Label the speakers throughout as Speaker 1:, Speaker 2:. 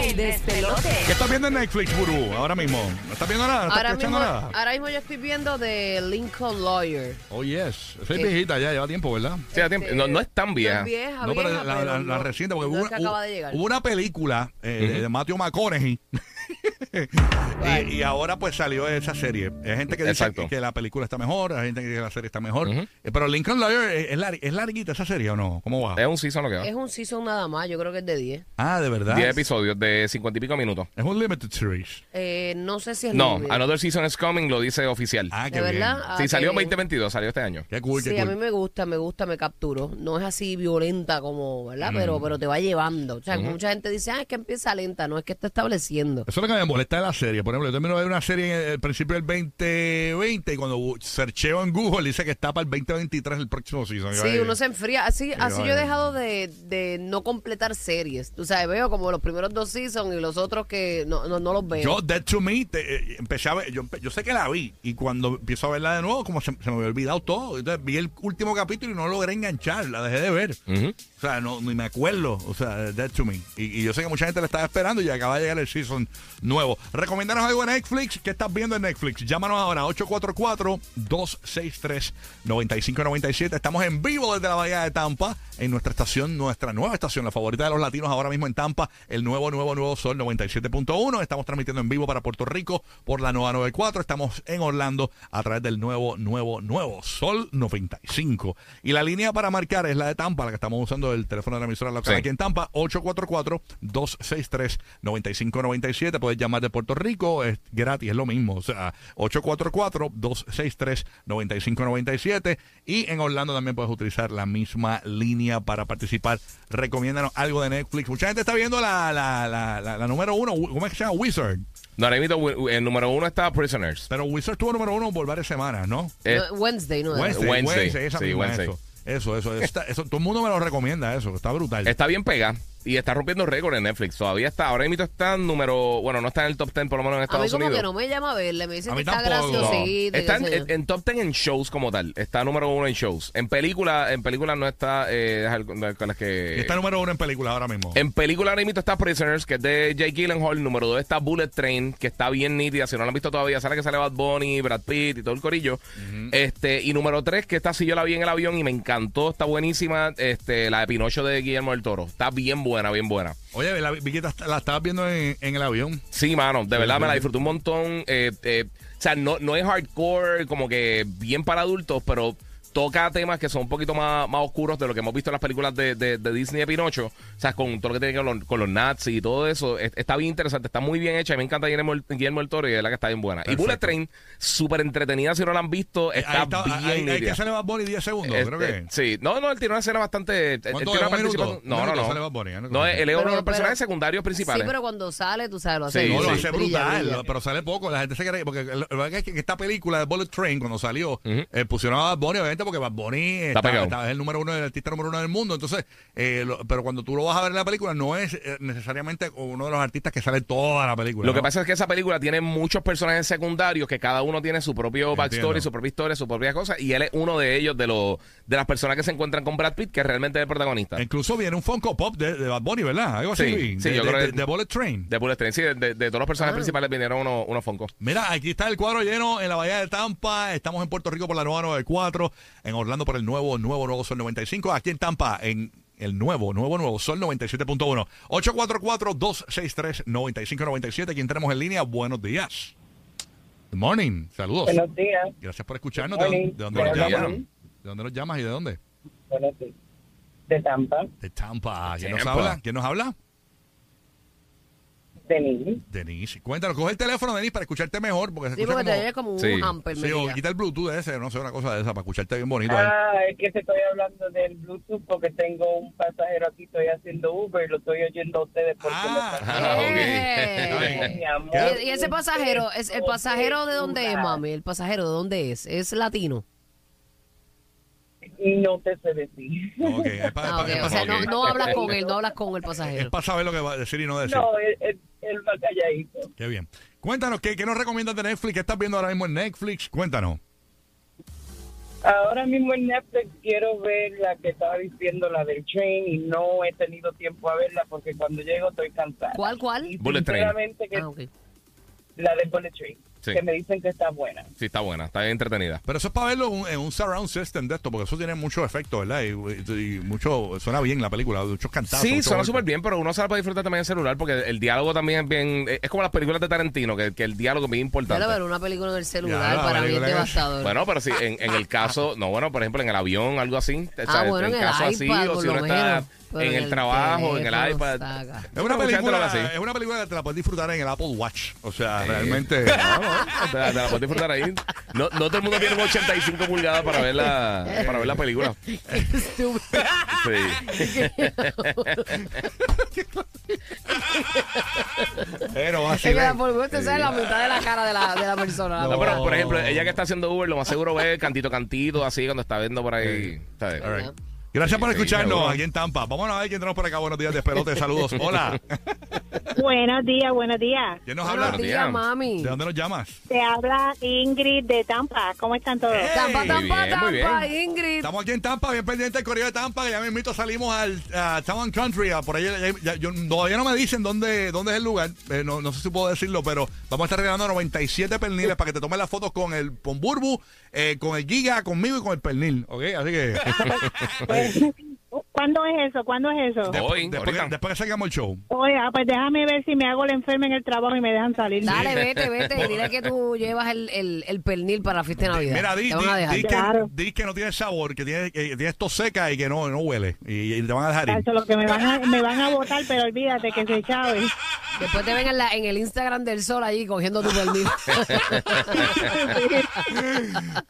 Speaker 1: El despelote.
Speaker 2: ¿Qué estás viendo en Netflix, Burú? Ahora mismo. ¿No estás viendo nada? ¿No estás
Speaker 1: Ahora
Speaker 2: escuchando
Speaker 1: mismo, ah,
Speaker 2: nada?
Speaker 1: ahora mismo yo estoy viendo de Lincoln Lawyer.
Speaker 2: Oh, yes. Soy viejita ya, lleva tiempo, ¿verdad?
Speaker 3: Sí, a tiempo. No, no es tan
Speaker 1: Este, No es
Speaker 3: vieja.
Speaker 1: vieja,
Speaker 2: No, pero
Speaker 1: vieja,
Speaker 2: la, la,
Speaker 1: pero
Speaker 2: la
Speaker 1: no-
Speaker 2: reciente, porque
Speaker 1: no
Speaker 2: hubo,
Speaker 1: es que acaba de
Speaker 2: una,
Speaker 1: llegar.
Speaker 2: hubo una película eh, de- de Matthew McConaughey. y, y ahora pues salió esa serie. Hay gente que dice
Speaker 3: Exacto.
Speaker 2: que, que la película está mejor, hay gente que dice que la serie está mejor.
Speaker 3: Ujú.
Speaker 2: Eh, pero Lincoln Lawyer, eh, ¿es, lar- ¿es larguita esa serie o no? ¿Cómo va?
Speaker 1: Eh,
Speaker 3: Es un season lo que va.
Speaker 1: Es un season nada más, yo creo que es de 10.
Speaker 2: Ah, de verdad.
Speaker 3: 10 episodios de 50 y pico minutos.
Speaker 2: Es un limited series.
Speaker 1: Eh, no sé si es
Speaker 3: No,
Speaker 1: libre.
Speaker 3: Another Season is Coming lo dice oficial.
Speaker 2: Ah, qué
Speaker 1: ¿De verdad?
Speaker 2: bien.
Speaker 1: Ah,
Speaker 3: sí,
Speaker 1: qué
Speaker 3: salió en
Speaker 1: bien.
Speaker 3: 2022, salió este año.
Speaker 2: Qué cool,
Speaker 1: Sí,
Speaker 2: qué
Speaker 1: a
Speaker 2: cool.
Speaker 1: mí me gusta, me gusta, me capturó. No es así violenta como, ¿verdad?
Speaker 2: Mm.
Speaker 1: Pero, pero te va llevando. O sea, mucha gente dice, ah, es que empieza lenta. No, es que está estableciendo.
Speaker 2: Eso es lo que me molesta de la serie. Por ejemplo, yo termino de ver una serie en el, el principio del 2020 y cuando bu- searcheo en Google dice que está para el 2023 el próximo season. Yo,
Speaker 1: Sí,
Speaker 2: eh,
Speaker 1: uno se enfría. Así, así yo he
Speaker 2: vaya.
Speaker 1: dejado de, de no completar series. Tú sabes, veo como los primeros dos seasons y los otros que no, no, no los veo.
Speaker 2: Yo, Dead to Me, te- eh, empecé a ver, yo, empe- yo sé que la vi y cuando empiezo a verla de nuevo, como se, se me había olvidado todo. Entonces vi el último capítulo y no logré enganchar, la dejé de ver.
Speaker 3: Ujú.
Speaker 2: O sea, no, ni me acuerdo, o sea, Dead to Me. Y, y yo sé que mucha gente la estaba esperando y acaba de llegar el season nuevo. Recomiéndanos algo en Netflix. ¿Qué estás viendo en Netflix? Llámanos ahora 844-263-9597. Estamos en vivo desde la Bahía de Tampa, en nuestra estación, nuestra nueva estación, la favorita de los latinos ahora mismo en Tampa, el nuevo, nuevo, nuevo Sol 97.1. Estamos transmitiendo en vivo para Puerto Rico por la nueva 94. Estamos en Orlando a través del nuevo, nuevo, nuevo Sol 95. Y la línea para marcar es la de Tampa, la que estamos usando el teléfono de la emisora local
Speaker 3: Sí.
Speaker 2: aquí en Tampa, 844-263-9597. Puedes llamar de Puerto Rico, es gratis, es lo mismo. O sea, 844-263-9597. Y en Orlando también puedes utilizar la misma línea para participar. Recomiéndanos algo de Netflix. Mucha gente está viendo la, la, la, la- la número uno, ¿cómo es que se llama? Wizard.
Speaker 3: No, ahora mismo, wi- el número uno está Prisoners.
Speaker 2: Pero Wizard tuvo número uno por varias semanas, ¿no?
Speaker 3: Eh,
Speaker 1: No, Wednesday, no es.
Speaker 2: Wednesday,
Speaker 3: Wednesday.
Speaker 2: esa
Speaker 3: Sí,
Speaker 2: misma,
Speaker 3: Wednesday.
Speaker 2: Eso, eso, eso, está- eso, Todo el mundo me lo recomienda, eso, que está brutal.
Speaker 3: Está bien pega y está rompiendo récord en Netflix. Todavía está, ahora mismo está en número, bueno, no está en el top 10 por lo menos en
Speaker 1: A mí
Speaker 3: Estados
Speaker 1: como
Speaker 3: Unidos.
Speaker 1: que no me llama a verle, me dicen
Speaker 2: A
Speaker 1: que
Speaker 2: mí
Speaker 1: está
Speaker 2: tampoco.
Speaker 3: No.
Speaker 1: graciosito. y
Speaker 3: Está
Speaker 1: qué
Speaker 3: en,
Speaker 1: sé yo.
Speaker 3: en- en top 10 en shows como tal. Está número uno en shows. En película, en película no está eh, deja- deja- con las que.
Speaker 2: Y está número uno en película ahora mismo.
Speaker 3: En película ahora mismo está Prisoners, que es de Jake Gyllenhaal. Número 2 está Bullet Train, que está bien nítida. Si no la han visto todavía, sale que sale Bad Bunny, Brad Pitt y todo el corillo. este Y número 3, que esta sí yo la vi en el avión y me encantó. Está buenísima. este La de Pinocho de Guillermo del Toro. Está bien buena, bien buena.
Speaker 2: Oye, la, vi que la, la estabas viendo en, en el avión.
Speaker 3: Sí, mano, de verdad
Speaker 2: sí,
Speaker 3: me la
Speaker 2: sí.
Speaker 3: disfruté un montón. eh, eh, o sea, no, no es hardcore, como que bien para adultos, pero toca temas que son un poquito más, más oscuros de lo que hemos visto en las películas de, de- de Disney de Pinocho. O sea, con todo lo que tiene que ver con los, con los nazis y todo eso. Es- está bien interesante, está muy bien hecha. y Me encanta Guillermo, el- Guillermo el Toro y de verdad que está bien buena.
Speaker 2: Perfecto.
Speaker 3: Y Bullet Train, súper entretenida si no la han visto.
Speaker 2: Eh,
Speaker 3: Está,
Speaker 2: ahí está-
Speaker 3: bien
Speaker 2: ahí- ahí
Speaker 3: nítida.
Speaker 2: que sale Bad Bunny 10 segundos,
Speaker 3: Este,
Speaker 2: creo que.
Speaker 3: Sí, no, no, él tiene una escena bastante. él tiene
Speaker 2: ¿Cuánto
Speaker 3: una
Speaker 2: es? ¿Un minuto?
Speaker 3: participación-
Speaker 2: ¿Un
Speaker 3: No, no,
Speaker 2: minuto
Speaker 3: no.
Speaker 2: sale Bad Bunny? Ah, no,
Speaker 3: No, él es uno de
Speaker 1: Pero-
Speaker 3: los personajes
Speaker 1: pero-
Speaker 3: secundarios principales.
Speaker 1: Sí, pero cuando sale, tú sabes, lo hace
Speaker 3: Sí,
Speaker 2: no, lo
Speaker 3: sí.
Speaker 2: hace
Speaker 1: brilla,
Speaker 2: brutal,
Speaker 1: brilla.
Speaker 2: pero sale poco. La gente se cree. Porque lo- lo que es que en esta película de Bullet Train, cuando salió, eh, pusieron a Bad Bunny, obviamente, porque Bad Bunny está,
Speaker 3: pegado.
Speaker 2: está- es el número uno, el artista número uno del mundo. Entonces, eh, lo- pero cuando tú lo vas a ver en la película, no es eh, necesariamente uno de los artistas que sale toda la película.
Speaker 3: Lo que
Speaker 2: ¿no?
Speaker 3: pasa es que esa película tiene muchos personajes secundarios que cada uno tiene su propio backstory,
Speaker 2: Entiendo.
Speaker 3: su propia historia, su propia cosa, y él es uno de ellos, de los de las personas que se encuentran con Brad Pitt, que realmente es el protagonista.
Speaker 2: Incluso viene un Funko Pop de, de Bad Bunny, ¿verdad? Algo así.
Speaker 3: Sí,
Speaker 2: vi.
Speaker 3: sí,
Speaker 2: de,
Speaker 3: yo
Speaker 2: de-
Speaker 3: creo
Speaker 2: de-
Speaker 3: que-
Speaker 2: de Bullet Train.
Speaker 3: De Bullet Train, sí, de, de- de todos los
Speaker 1: Ah.
Speaker 3: personajes principales vinieron unos unos Funko.
Speaker 2: Mira, aquí está el cuadro lleno en la Bahía de Tampa. Estamos en Puerto Rico por la nueva 94, en Orlando por el nuevo, nuevo, nuevo Sol 95. Aquí en Tampa, en el nuevo, nuevo, nuevo Sol 97.1. 844-263-9597. Aquí entramos en línea. Buenos días. Good morning. Saludos.
Speaker 4: Buenos días.
Speaker 2: Gracias por escucharnos. ¿De,
Speaker 4: Good
Speaker 2: dónde-
Speaker 4: morning.
Speaker 2: de dónde nos
Speaker 3: Buenos días.
Speaker 2: llamas? ¿De dónde nos llamas y de dónde?
Speaker 4: Buenos días. De Tampa.
Speaker 2: De Tampa. ¿Quién nos
Speaker 3: Tampa.
Speaker 2: habla? ¿Quién nos habla?
Speaker 4: Denise.
Speaker 2: Denise, cuéntanos, coge el teléfono, Denise, para escucharte mejor, porque se
Speaker 1: Sí,
Speaker 2: escucha
Speaker 1: porque te oye
Speaker 2: como...
Speaker 1: como un
Speaker 3: Sí.
Speaker 1: hamper,
Speaker 2: Sí,
Speaker 1: me
Speaker 2: o
Speaker 1: diga.
Speaker 2: quita el Bluetooth ese, no sé, una cosa de esa, para escucharte bien bonito ahí.
Speaker 4: Ah, es que te estoy hablando del Bluetooth porque tengo un pasajero aquí, estoy haciendo Uber, lo estoy oyendo a ustedes porque
Speaker 2: Ah,
Speaker 4: me
Speaker 3: Ah, ok.
Speaker 1: Eh.
Speaker 4: Mi amor,
Speaker 1: Y, y ese pasajero, es el pasajero de dónde es, mami, el pasajero de dónde es, es latino.
Speaker 4: No te sé decir.
Speaker 2: Ok, es para,
Speaker 1: Ah, ok,
Speaker 2: es para-
Speaker 1: O sea, no,
Speaker 3: Ok.
Speaker 1: no hablas con él, no hablas con el
Speaker 2: es
Speaker 1: pasajero.
Speaker 2: para saber lo que va a decir y no decir.
Speaker 4: No, él, él, él va calladito.
Speaker 2: Qué bien. Cuéntanos, ¿qué, ¿qué nos recomiendas de Netflix? ¿Qué estás viendo ahora mismo en Netflix? Cuéntanos.
Speaker 4: Ahora mismo en Netflix quiero ver la que estaba diciendo, la del train, y no he tenido tiempo a verla porque cuando llego estoy cansada.
Speaker 1: ¿Cuál,
Speaker 4: Y
Speaker 1: cuál?
Speaker 3: Bullet Train.
Speaker 4: sinceramente que
Speaker 1: Ah, ok.
Speaker 4: la de Bullet Train,
Speaker 3: Sí.
Speaker 4: que me dicen que está buena.
Speaker 3: Sí, está buena, está bien entretenida.
Speaker 2: Pero eso es para verlo en- en un surround system de esto, porque eso tiene mucho efecto, ¿verdad? Y, y- y mucho, suena bien la película, muchos cantados.
Speaker 3: Sí, suena súper bien, pero uno se la puede disfrutar también en celular porque el diálogo también es bien. Es como las películas de Tarantino, que, que el diálogo es bien
Speaker 1: Dale
Speaker 3: importante.
Speaker 1: a ver una película en el celular
Speaker 2: Ya,
Speaker 1: para mí es
Speaker 2: película en el-
Speaker 1: devastador.
Speaker 3: Bueno, pero si en, en el caso, no, bueno, por ejemplo, en el avión, algo así. o sea,
Speaker 1: Ah, bueno, en el iPad,
Speaker 3: o
Speaker 1: por
Speaker 3: si uno
Speaker 1: lo
Speaker 3: está
Speaker 1: menos, pero
Speaker 3: en
Speaker 1: en
Speaker 3: el
Speaker 1: el
Speaker 3: trabajo, en el
Speaker 1: teléfono,
Speaker 3: iPad.
Speaker 1: saca.
Speaker 2: Es una, película,
Speaker 3: así.
Speaker 2: es una película que te la puedes disfrutar en el Apple Watch. O sea, realmente. no, no.
Speaker 3: Te la, te la puedes disfrutar ahí. No, no todo el mundo tiene un 85 pulgadas para ver la, para ver la película.
Speaker 1: Qué estúpido.
Speaker 3: Sí.
Speaker 2: Eh, no, así
Speaker 1: Es que la
Speaker 2: ven.
Speaker 1: polvo te sale la mitad de la cara de la, de la persona. la
Speaker 3: No,
Speaker 1: verdad.
Speaker 3: pero, por ejemplo, ella que está haciendo Uber, lo más seguro ve cantito cantito, así cuando está viendo por ahí. ¿sabes?
Speaker 2: All right. Gracias por
Speaker 3: Sí, sí,
Speaker 2: escucharnos
Speaker 3: seguro.
Speaker 2: aquí en Tampa. Vamos a ver quién tenemos por acá. Buenos días, despelote. Saludos. Hola.
Speaker 5: Buenos días, buenos días.
Speaker 2: ¿Quién nos
Speaker 1: Buenos
Speaker 2: habla?
Speaker 3: días.
Speaker 1: días, mami.
Speaker 2: ¿De dónde nos llamas?
Speaker 5: Te habla Ingrid de Tampa. ¿Cómo están todos?
Speaker 2: ¡Eh!
Speaker 1: Tampa,
Speaker 2: Muy
Speaker 1: tampa,
Speaker 3: bien, muy
Speaker 1: tampa, Ingrid.
Speaker 2: Estamos aquí en Tampa, bien pendiente del correo de Tampa, que ya me invito, salimos al a Town and Country, a por ahí, ya- ya- yo- todavía no me dicen dónde, dónde es el lugar, eh, no, no sé si puedo decirlo, pero vamos a estar regalando 97 perniles para que te tomes las fotos con el con Burbu, eh, con el Giga, conmigo y con el pernil, ¿ok? Así que
Speaker 5: Eh, ¿Cuándo es eso? ¿Cuándo es eso?
Speaker 3: De-
Speaker 2: después,
Speaker 3: Hoy,
Speaker 2: después que,
Speaker 3: ahorita.
Speaker 2: después que salgamos el show.
Speaker 5: Oye, ah, pues déjame ver si me hago la enferma en el trabajo y me dejan salir.
Speaker 1: Dale, vete, vete. y Dile que tú llevas el, el, el pernil para la fiesta de Navidad.
Speaker 2: Mira, di,
Speaker 1: te van a
Speaker 2: di-
Speaker 1: dejar.
Speaker 2: di que,
Speaker 5: Claro.
Speaker 2: di que no tiene sabor, que tiene, que tiene esto seca y que no, no huele, y, y te van a dejar ir.
Speaker 5: Tacho, lo que me van a, me van a votar, pero olvídate que se chave.
Speaker 1: Después te ven en, la, en el Instagram del sol allí cogiendo tu pernil.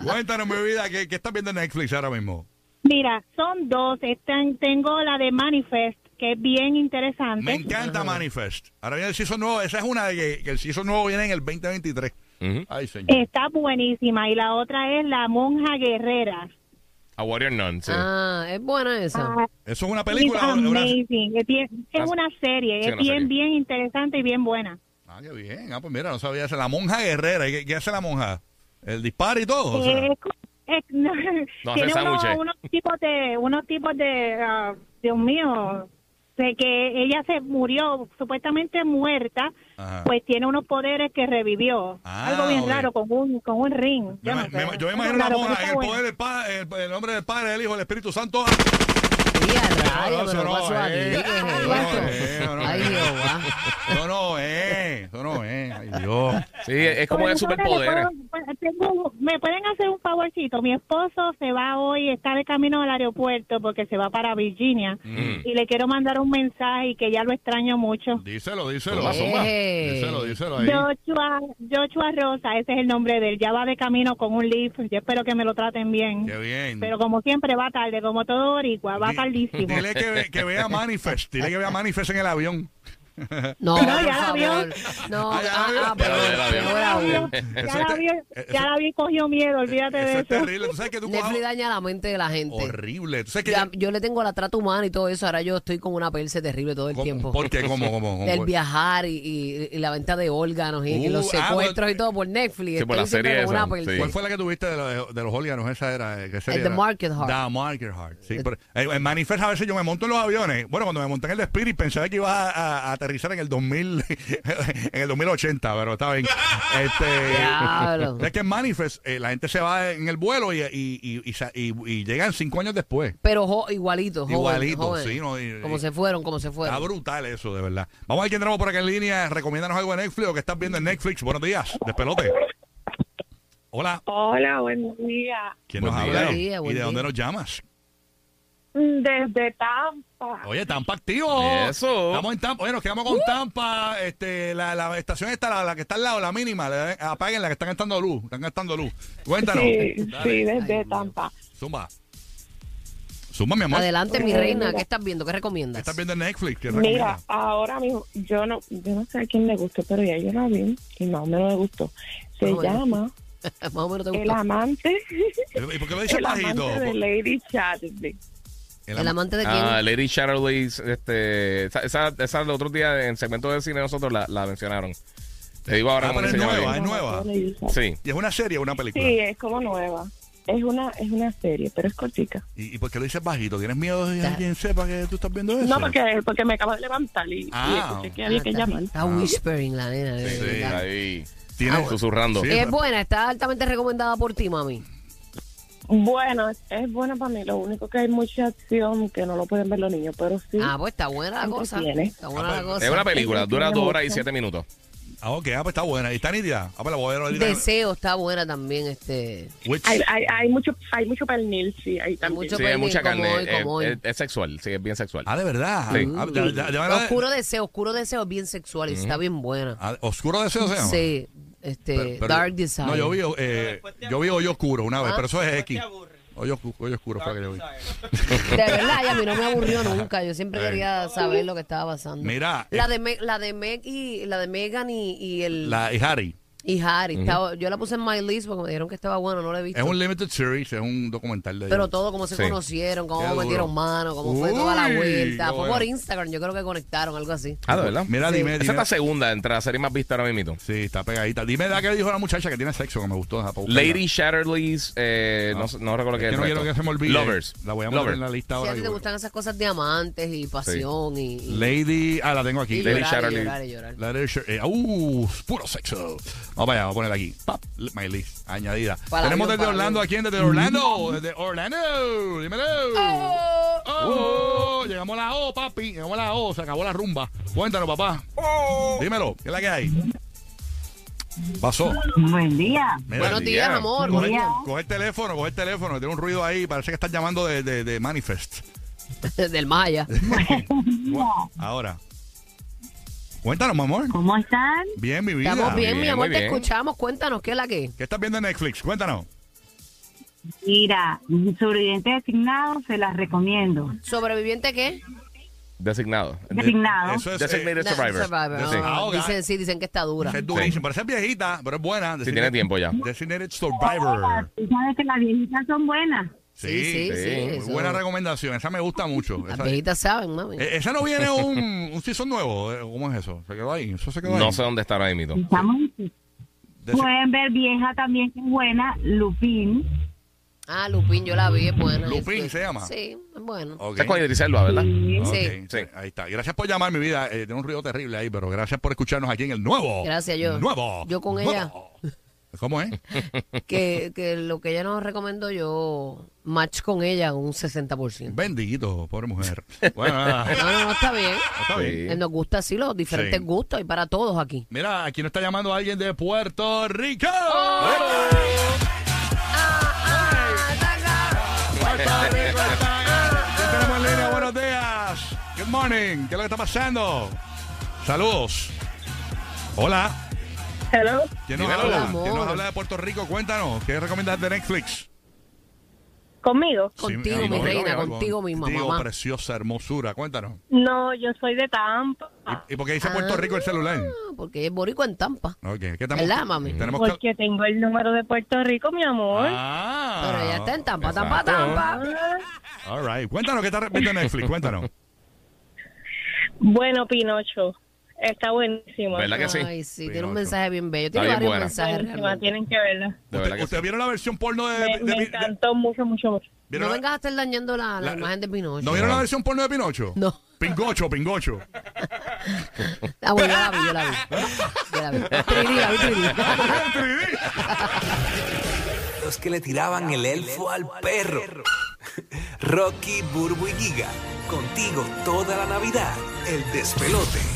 Speaker 2: Cuéntanos, mi vida, ¿qué, qué estás viendo en Netflix ahora mismo?
Speaker 5: Mira, son dos. Están, tengo la de Manifest, que es bien interesante.
Speaker 2: Me encanta Manifest. Ahora viene el season nuevo. Esa es una de que, que el season nuevo viene en el 2023.
Speaker 3: Ujú.
Speaker 2: Ay, señor.
Speaker 5: Está buenísima. Y la otra es La Monja Guerrera.
Speaker 3: A Warrior Nun, sí.
Speaker 1: Ah, es buena esa.
Speaker 5: Ah,
Speaker 2: Eso es una
Speaker 5: It's
Speaker 2: película. o- una-
Speaker 5: amazing. Es, bien- es una serie,
Speaker 3: Sí,
Speaker 5: es
Speaker 3: una
Speaker 5: bien,
Speaker 3: serie.
Speaker 5: bien interesante y bien buena.
Speaker 2: Ah, qué bien. Ah, pues mira, no sabía eso. La monja guerrera. ¿Y ¿Qué, qué hace la monja? El disparo y todo. o sea.
Speaker 5: Eh, es co- es- no,
Speaker 3: No,
Speaker 5: tiene
Speaker 3: hace
Speaker 5: unos,
Speaker 3: sándwiches.
Speaker 5: unos tipos de, unos tipos de, ah, Dios mío, de que ella se murió supuestamente muerta,
Speaker 2: Ajá.
Speaker 5: pues tiene unos poderes que revivió.
Speaker 2: Ah,
Speaker 5: Algo bien
Speaker 2: ok.
Speaker 5: raro con un, con un ring.
Speaker 2: Me
Speaker 5: Yo, no
Speaker 2: ima- me
Speaker 5: sé.
Speaker 2: ima- yo me
Speaker 5: Es
Speaker 2: imagino la
Speaker 5: raro, pero
Speaker 2: monja en
Speaker 5: está
Speaker 2: el
Speaker 5: buena.
Speaker 2: poder del Padre, el, el nombre del Padre, el Hijo, el Espíritu Santo. Ah,
Speaker 1: Y a
Speaker 2: No,
Speaker 1: rayos, pero
Speaker 2: no, eso
Speaker 1: ¿qué pasó
Speaker 2: no,
Speaker 1: aquí?
Speaker 2: eh.
Speaker 1: ¿Qué es
Speaker 2: No,
Speaker 1: eso?
Speaker 2: eh, no, no,
Speaker 1: Ay,
Speaker 2: eh.
Speaker 1: Jehová.
Speaker 2: Eso no es. Eso no es. Ay, Dios.
Speaker 3: Sí, es como de
Speaker 5: Pues, entonces,
Speaker 3: superpoderes.
Speaker 5: ¿le puedo- pues, tengo- ¿Me pueden hacer un favorcito? Mi esposo se va hoy, está de camino al aeropuerto porque se va para Virginia
Speaker 3: Mm.
Speaker 5: y le quiero mandar un mensaje y que ya lo extraño mucho.
Speaker 2: Díselo, díselo.
Speaker 3: Zumba, zumba.
Speaker 1: Eh.
Speaker 2: Díselo, díselo ahí.
Speaker 5: Joshua, Joshua Rosa, ese es el nombre de él. Ya va de camino con un lift. Yo espero que me lo traten bien.
Speaker 2: Qué bien.
Speaker 5: Pero como siempre va tarde, como todo boricua, va
Speaker 2: Di-
Speaker 5: tardísimo.
Speaker 2: Dile que, ve- que vea Manifest. Dile que vea Manifest en el avión.
Speaker 1: No,
Speaker 5: No,
Speaker 1: por
Speaker 5: ya la vio.
Speaker 1: favor. No,
Speaker 2: Ah, ya la vio.
Speaker 1: ah, ah,
Speaker 3: Ya la vio, ya
Speaker 1: peor,
Speaker 3: la vio.
Speaker 1: peor
Speaker 5: Ya
Speaker 1: aún.
Speaker 5: la vi, ya la vi, cogió miedo, olvídate
Speaker 2: Eso
Speaker 5: de
Speaker 2: es
Speaker 5: eso.
Speaker 2: terrible. Tú sabes que tú cojas-
Speaker 1: Netflix daña la mente de la gente.
Speaker 2: Horrible. Tú sabes que
Speaker 1: Ya-
Speaker 2: ya-
Speaker 1: yo le tengo la trata humana y todo eso. Ahora yo estoy con una perse terrible todo el
Speaker 2: ¿Cómo?
Speaker 1: tiempo.
Speaker 2: ¿Por qué? ¿Cómo? ¿Cómo? ¿Cómo?
Speaker 1: Del viajar y, y- y la venta de órganos y, y
Speaker 2: Uh,
Speaker 1: los
Speaker 2: ah,
Speaker 1: secuestros
Speaker 2: bueno,
Speaker 1: y todo por Netflix.
Speaker 3: sí, por la
Speaker 1: Estoy siempre
Speaker 3: serie
Speaker 1: con
Speaker 3: esa,
Speaker 1: una perse.
Speaker 3: sí.
Speaker 2: ¿Cuál fue la que tuviste de, los- de los órganos? Esa era. eh, ¿qué serie
Speaker 1: Eh, The
Speaker 2: era?
Speaker 1: Market Heart.
Speaker 2: The Market Heart. Sí, pero, eh, en Manifest a veces yo me monto en los aviones. Bueno, cuando me monté en el de Spirit pensaba que iba a, a- a aterrizar en el 2000, en el 2080, pero está bien. Este,
Speaker 1: Diablo.
Speaker 2: Es que en Manifest eh, la gente se va en el vuelo y, y, y- y sa- y- y llegan cinco años después.
Speaker 1: Pero jo- igualito, joven,
Speaker 2: Igualito,
Speaker 1: joven.
Speaker 2: sí, no, y-
Speaker 1: como
Speaker 2: y-
Speaker 1: se fueron, como se
Speaker 2: Está
Speaker 1: fueron.
Speaker 2: brutal eso, de verdad. Vamos a ver quién tenemos por acá en línea. Recomiéndanos algo de Netflix o que estás viendo en Netflix. Buenos días, despelote. Hola.
Speaker 4: Hola, buen día.
Speaker 2: ¿Quién
Speaker 3: Buen
Speaker 2: nos
Speaker 3: día.
Speaker 2: habla?
Speaker 1: Buen día,
Speaker 2: ¿Y
Speaker 1: buen
Speaker 2: de dónde
Speaker 1: día.
Speaker 2: nos llamas?
Speaker 5: Desde Tampa.
Speaker 2: Oye, Tampa activo.
Speaker 3: Oh. Eso.
Speaker 2: Estamos en Tampa. Oye, nos quedamos
Speaker 4: Uh.
Speaker 2: con Tampa. Este, la, la estación está la, la que está al lado, la mínima. La- eh, apaguen la que están gastando luz. Están gastando luz. Cuéntanos.
Speaker 4: Sí,
Speaker 2: Dale.
Speaker 4: sí, desde Tampa.
Speaker 2: Zumba. Zumba, mi amor.
Speaker 1: Adelante, mi
Speaker 4: Eh,
Speaker 1: reina.
Speaker 4: mira.
Speaker 1: ¿Qué estás viendo? ¿Qué
Speaker 2: ¿Qué
Speaker 1: recomiendas?
Speaker 2: estás viendo en Netflix? ¿Qué
Speaker 4: Mira,
Speaker 2: recomiendas?
Speaker 4: ahora mismo, yo no, yo no sé a quién le gustó, pero ya yo la vi y más o menos me gustó. Se
Speaker 1: Más o menos.
Speaker 4: llama
Speaker 1: Más o menos te
Speaker 4: El
Speaker 1: gustó.
Speaker 4: amante,
Speaker 2: ¿Y por qué lo dices
Speaker 4: el
Speaker 2: bajito?
Speaker 4: amante de Lady Chatterley.
Speaker 2: El
Speaker 1: El,
Speaker 2: am-
Speaker 1: amante de quién?
Speaker 3: Ah, Lady Chatterley, este, esa, esa, esa el otro día en segmento de cine nosotros la, la mencionaron. Te digo ahora
Speaker 2: Ah,
Speaker 3: cómo
Speaker 2: pero eh.
Speaker 3: se
Speaker 2: es
Speaker 3: llama
Speaker 2: nueva,
Speaker 3: bien.
Speaker 2: es nueva.
Speaker 3: Sí.
Speaker 2: ¿Y es una serie o una película?
Speaker 4: Sí, es como nueva. Es una, es una serie, pero es cortica.
Speaker 2: ¿Y, y por qué lo dices bajito? ¿Tienes miedo de que
Speaker 1: Está-
Speaker 2: alguien sepa que tú estás viendo eso?
Speaker 4: No, porque, porque me acabo de levantar y, y
Speaker 2: Ah.
Speaker 4: escuché que
Speaker 1: Ah,
Speaker 4: había que
Speaker 1: está,
Speaker 4: llamar.
Speaker 1: está whispering la nena. de
Speaker 3: Sí,
Speaker 1: verdad.
Speaker 3: ahí.
Speaker 2: Tiene-
Speaker 3: Susurrando.
Speaker 2: Sí.
Speaker 1: Es buena, está altamente recomendada por ti, mami.
Speaker 4: Bueno, es, es buena para mí. Lo único que hay mucha acción que no lo pueden ver los niños, pero sí.
Speaker 1: Ah, pues está buena la cosa.
Speaker 4: Entretiene.
Speaker 1: Está buena
Speaker 2: Ah,
Speaker 1: la
Speaker 2: pues,
Speaker 1: cosa.
Speaker 3: Es una película, dura
Speaker 4: Tiene
Speaker 3: dos horas y
Speaker 4: mucho.
Speaker 3: siete minutos.
Speaker 2: Ah, ok, ah, pues está buena. ¿Y está nítida? Ah, pues la voy a ver ahorita.
Speaker 1: Deseo está buena también, este.
Speaker 2: Witch.
Speaker 4: Hay, hay, hay mucho, hay mucho pernil, sí, ahí también.
Speaker 1: Mucho
Speaker 3: Sí, hay
Speaker 1: pernil,
Speaker 3: mucha
Speaker 1: como
Speaker 3: carne.
Speaker 1: hoy,
Speaker 3: eh,
Speaker 1: como
Speaker 3: eh,
Speaker 1: hoy.
Speaker 3: es, sexual, sí, es bien sexual.
Speaker 2: Ah, de verdad.
Speaker 3: Sí.
Speaker 2: Ah, de- de- de- de-
Speaker 1: Oscuro deseo, oscuro deseo es bien sexual y está bien buena.
Speaker 2: Ah, ¿Oscuro deseo se llama?
Speaker 1: Sí, este,
Speaker 2: Pero- pero-
Speaker 1: Dark Desire. Ah.
Speaker 2: No, yo vi, eh, yo vi Hoyo Oscuro una vez, pero eso es X.
Speaker 6: te aburre.
Speaker 2: Hoyo, Oscu- Hoyo Oscuro fue que yo vi.
Speaker 1: De verdad, y a mí no me aburrió nunca. Yo siempre quería saber lo que estaba pasando.
Speaker 2: Eh. Mira,
Speaker 1: La
Speaker 2: eh,
Speaker 1: de, Me- la de Meg y la de Megan y, y el
Speaker 2: la, y Harry.
Speaker 1: y Harry. estaba- yo la puse en my list porque me dijeron que estaba bueno, no la he visto.
Speaker 2: Es un limited series, es un documental de
Speaker 1: Pero
Speaker 2: ellos.
Speaker 1: todo, cómo se
Speaker 3: Sí.
Speaker 1: conocieron,
Speaker 2: Qué
Speaker 1: cómo
Speaker 2: duro.
Speaker 1: metieron mano, cómo fue toda
Speaker 2: Uy,
Speaker 1: la
Speaker 2: qué
Speaker 1: vuelta. Fue
Speaker 2: bueno.
Speaker 1: por Instagram, yo creo que conectaron, algo así.
Speaker 3: Ah, de verdad.
Speaker 2: Mira,
Speaker 1: Sí.
Speaker 2: dime,
Speaker 3: Esa es
Speaker 2: dime.
Speaker 3: la segunda entre las series más vistas ahora mismo.
Speaker 2: Sí, está pegadita. Dime la que dijo la muchacha que tiene sexo, que me gustó. deja pa' buscarla.
Speaker 3: Lady Shatterley's, eh, no, sé- no recuerdo
Speaker 2: Ah, Es
Speaker 3: qué
Speaker 2: que no
Speaker 3: el
Speaker 2: quiero
Speaker 3: resto.
Speaker 2: que se me olvide.
Speaker 3: Lovers.
Speaker 2: La voy a
Speaker 3: Lover.
Speaker 2: poner en la
Speaker 1: Si
Speaker 2: lista
Speaker 1: a
Speaker 2: ahora.
Speaker 1: ti
Speaker 2: y
Speaker 1: te
Speaker 2: voy.
Speaker 1: gustan esas cosas diamantes y pasión y- y,
Speaker 2: Lady. Ah, la tengo aquí.
Speaker 1: y
Speaker 3: Lady
Speaker 1: llorar, y
Speaker 3: Shatterley.
Speaker 1: llorar, y llorar.
Speaker 2: Lady Sh- eh, uh, puro sexo. Vamos allá, vamos a ponerla aquí. Pap, my list, añadida.
Speaker 1: Para
Speaker 2: Tenemos
Speaker 1: avión,
Speaker 2: desde
Speaker 1: para Mm-hmm.
Speaker 2: Orlando, ¿a
Speaker 1: avión.
Speaker 2: quién? Desde Orlando, desde Orlando, dímelo. Oh. Llegamos a la O, papi, llegamos a la O, se acabó la rumba. Cuéntanos, papá.
Speaker 3: Oh.
Speaker 2: Dímelo, ¿qué es la que hay? Pasó.
Speaker 7: Buen día.
Speaker 2: Mira,
Speaker 1: Buenos
Speaker 3: Buen
Speaker 1: días,
Speaker 3: día.
Speaker 1: amor.
Speaker 2: Coge,
Speaker 1: buenos
Speaker 2: coge el teléfono, coge el teléfono, tiene un ruido ahí, parece que están llamando de, de- de Manifest.
Speaker 1: días. Del Maya.
Speaker 2: Ahora. Cuéntanos, mi amor.
Speaker 7: ¿Cómo están?
Speaker 2: Bien, mi vida.
Speaker 1: Estamos bien,
Speaker 3: Bien,
Speaker 1: mi amor,
Speaker 3: muy
Speaker 1: te
Speaker 3: bien.
Speaker 1: escuchamos. Cuéntanos, ¿qué es la que?
Speaker 2: ¿Qué estás viendo en Netflix? Cuéntanos.
Speaker 7: Mira, sobreviviente designado, se las recomiendo.
Speaker 1: ¿Sobreviviente qué?
Speaker 3: Designado.
Speaker 7: Designado.
Speaker 2: Eso es. eh,
Speaker 3: Designated Survivor.
Speaker 1: Survivor.
Speaker 3: Sí.
Speaker 1: Ah,
Speaker 2: Ahoga.
Speaker 1: dicen, sí, dicen que está dura.
Speaker 2: Es durísimo, pero esa es viejita, pero es buena.
Speaker 3: Si tiene tiempo ya.
Speaker 2: Designated Survivor.
Speaker 7: Tú sabes que las viejitas son buenas.
Speaker 1: Sí, sí, sí.
Speaker 3: sí,
Speaker 2: muy
Speaker 1: eso.
Speaker 2: buena recomendación. Esa me gusta mucho.
Speaker 1: Las
Speaker 2: Esa,
Speaker 1: viejitas saben, mami.
Speaker 2: Eh, esa no viene un, un season nuevo. eh, ¿Cómo es eso? ¿Se quedó ahí? ¿Eso se quedó ahí?
Speaker 3: No sé dónde está ahora mismo.
Speaker 7: Estamos
Speaker 2: Desi-
Speaker 7: Pueden ver vieja también, que es buena, Lupín.
Speaker 1: Ah, Lupín, yo la vi, es buena. Este,
Speaker 2: Lupín se llama. Oh.
Speaker 1: Sí, es buena.
Speaker 2: Ok.
Speaker 3: Está con Idris Elba, ¿verdad?
Speaker 2: Ok,
Speaker 1: Sí.
Speaker 3: Sí.
Speaker 2: Ahí está. Gracias por llamar, mi vida. Eh, tiene un ruido terrible ahí, pero gracias por escucharnos aquí en el nuevo.
Speaker 1: Gracias, yo-
Speaker 2: Nuevo.
Speaker 1: yo con
Speaker 2: Nuevo.
Speaker 1: ella.
Speaker 2: ¿Cómo es?
Speaker 1: Que, que lo que ella nos recomendó yo, match con ella un 60%.
Speaker 2: Bendito, pobre mujer. Bueno, nada.
Speaker 1: No, no, no, está bien.
Speaker 2: Está bien.
Speaker 3: Sí.
Speaker 1: Eh, Nos gusta así los diferentes
Speaker 2: Sí.
Speaker 1: gustos y para todos aquí.
Speaker 2: Mira, aquí nos está llamando alguien de Puerto Rico.
Speaker 1: Oh. Ah,
Speaker 2: Puerto Rico está en- Ya tenemos en línea, buenos días. Good morning. ¿Qué es lo que está pasando? Saludos. Hola.
Speaker 4: Hello.
Speaker 2: ¿Quién nos,
Speaker 3: Dímelo,
Speaker 2: habla?
Speaker 1: amor.
Speaker 2: ¿Quién nos habla de Puerto Rico? Cuéntanos. ¿Qué recomiendas de Netflix?
Speaker 5: ¿Conmigo?
Speaker 1: Contigo,
Speaker 2: Sí,
Speaker 1: mi
Speaker 2: amor,
Speaker 1: reina,
Speaker 2: amor,
Speaker 1: contigo misma,
Speaker 2: contigo,
Speaker 1: mamá.
Speaker 2: preciosa, hermosura. Cuéntanos.
Speaker 5: No, yo soy de Tampa.
Speaker 2: ¿Y por qué dice Puerto
Speaker 1: Ah.
Speaker 2: Rico el celular?
Speaker 1: Ah, Porque ella es boricua en Tampa.
Speaker 2: Ok, ¿qué estamos?
Speaker 1: ¿Verdad, mami? Pues
Speaker 2: Tenemos que-
Speaker 5: Porque tengo el número de Puerto Rico, mi amor.
Speaker 2: Ah.
Speaker 1: Pero ella está en Tampa, Tampa,
Speaker 3: Exacto.
Speaker 1: Tampa.
Speaker 2: All right. Cuéntanos qué está viendo en Netflix. Cuéntanos.
Speaker 5: Bueno, Pinocho, está buenísima.
Speaker 3: ¿Verdad que sí?
Speaker 1: Ay, sí, tiene
Speaker 2: Pinocho.
Speaker 1: un mensaje bien bello. Tiene
Speaker 3: bien
Speaker 1: varios
Speaker 3: buena.
Speaker 1: mensajes
Speaker 5: Buenísima,
Speaker 1: realmente.
Speaker 5: tienen que verla.
Speaker 3: De verdad
Speaker 2: ¿Ustedes
Speaker 3: que sí.
Speaker 2: vieron la versión porno de,
Speaker 5: Me,
Speaker 2: de-
Speaker 5: me
Speaker 2: de-
Speaker 5: encantó mucho, mucho, mucho.
Speaker 2: ¿vieron
Speaker 1: No
Speaker 2: la-
Speaker 1: vengas a estar dañando la, la
Speaker 2: la-
Speaker 1: imagen de Pinocho.
Speaker 2: ¿No vieron la versión porno de Pinocho?
Speaker 1: No.
Speaker 2: Pingocho, pingocho.
Speaker 1: Ah, bueno, yo la vi, yo la vi. Yo la vi. 3D, la vi 3D.
Speaker 8: Los que le tiraban el elfo al perro. Rocky, Burbu y Giga. Contigo toda la Navidad. El despelote.